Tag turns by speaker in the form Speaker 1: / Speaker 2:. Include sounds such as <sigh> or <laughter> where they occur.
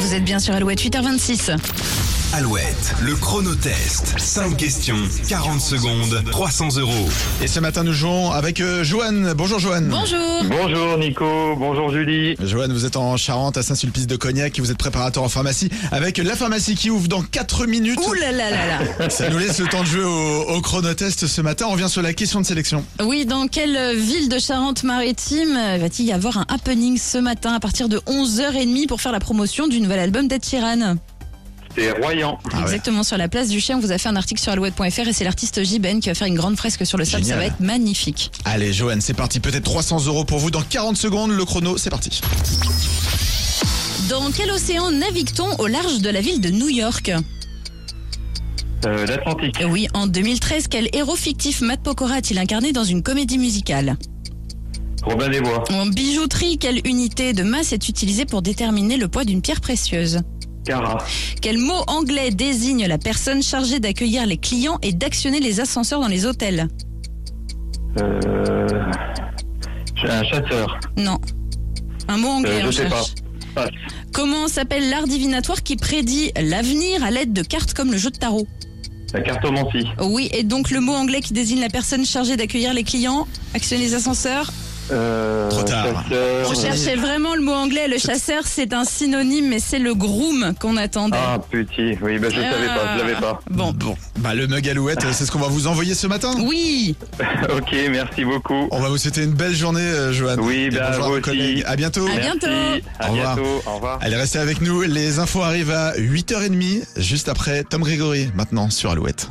Speaker 1: Vous êtes bien sur Alouette 8h26.
Speaker 2: Alouette, le chronotest. 5 questions, 40 secondes, 300 euros.
Speaker 3: Et ce matin, nous jouons avec euh, Joanne. Bonjour Joanne. <laughs>
Speaker 1: Bonjour.
Speaker 4: Bonjour Nico, bonjour Julie.
Speaker 3: Joanne, vous êtes en Charente, à Saint-Sulpice de Cognac, et vous êtes préparateur en pharmacie avec la pharmacie qui ouvre dans 4 minutes.
Speaker 1: Ouh là là là là.
Speaker 3: Ça nous laisse le temps de jouer au, au chronotest ce matin. On revient sur la question de sélection.
Speaker 1: Oui, dans quelle ville de Charente-Maritime euh, va-t-il y avoir un happening ce matin à partir de 11h30 pour faire la promotion du nouvel album d'Ed Sheeran
Speaker 4: C'est Royan.
Speaker 3: Ah ouais.
Speaker 1: Exactement sur la place du Chien. On vous a fait un article sur alouette.fr et c'est l'artiste Jiben qui va faire une grande fresque sur le sable.
Speaker 3: Génial.
Speaker 1: Ça va être magnifique.
Speaker 3: Allez Joanne, c'est parti. Peut-être 300 euros pour vous dans 40 secondes. Le chrono, c'est parti.
Speaker 1: Dans quel océan navigue-t-on au large de la ville de New York
Speaker 4: Euh, L'Atlantique.
Speaker 1: Et Oui, en 2013, quel héros fictif Matt Pokora a-t-il incarné dans une comédie musicale
Speaker 4: Robin des Bois.
Speaker 1: En bijouterie, quelle unité de masse est utilisée pour déterminer le poids d'une pierre précieuse
Speaker 4: Cara.
Speaker 1: Quel mot anglais désigne la personne chargée d'accueillir les clients et d'actionner les ascenseurs dans les hôtels
Speaker 4: Euh, un chasseur.
Speaker 1: Non. Un mot anglais,
Speaker 4: Euh, je
Speaker 1: on
Speaker 4: sais pas.
Speaker 1: cherche.
Speaker 4: Passe.
Speaker 1: Comment s'appelle l'art divinatoire qui prédit l'avenir à l'aide de cartes comme le jeu de tarot
Speaker 4: La cartomancie.
Speaker 1: Oui, et donc le mot anglais qui désigne la personne chargée d'accueillir les clients, actionner les ascenseurs
Speaker 4: Euh,
Speaker 3: Trop tard.
Speaker 4: chasseur.
Speaker 1: On cherchait vraiment le mot anglais. Le chasseur, c'est un synonyme, mais c'est le groom qu'on attendait.
Speaker 4: Ah petit, oui, bah, je
Speaker 1: Ah.
Speaker 4: savais pas, je l'avais pas.
Speaker 1: Bon.
Speaker 3: Bon, bah le mug Alouette, c'est ce qu'on va vous envoyer ce matin.
Speaker 1: Oui,
Speaker 4: ok, merci beaucoup.
Speaker 3: On va vous souhaiter une belle journée euh, Joanne. Et
Speaker 4: Oui, bah,
Speaker 3: bonjour à
Speaker 4: vous
Speaker 3: nos
Speaker 4: aussi.
Speaker 3: collègues. À bientôt.
Speaker 1: À bientôt.
Speaker 4: Merci, à
Speaker 3: Au revoir.
Speaker 4: bientôt, au revoir.
Speaker 3: Allez, restez avec nous. Les infos arrivent à 8h30, juste après Tom Grégory, maintenant sur Alouette.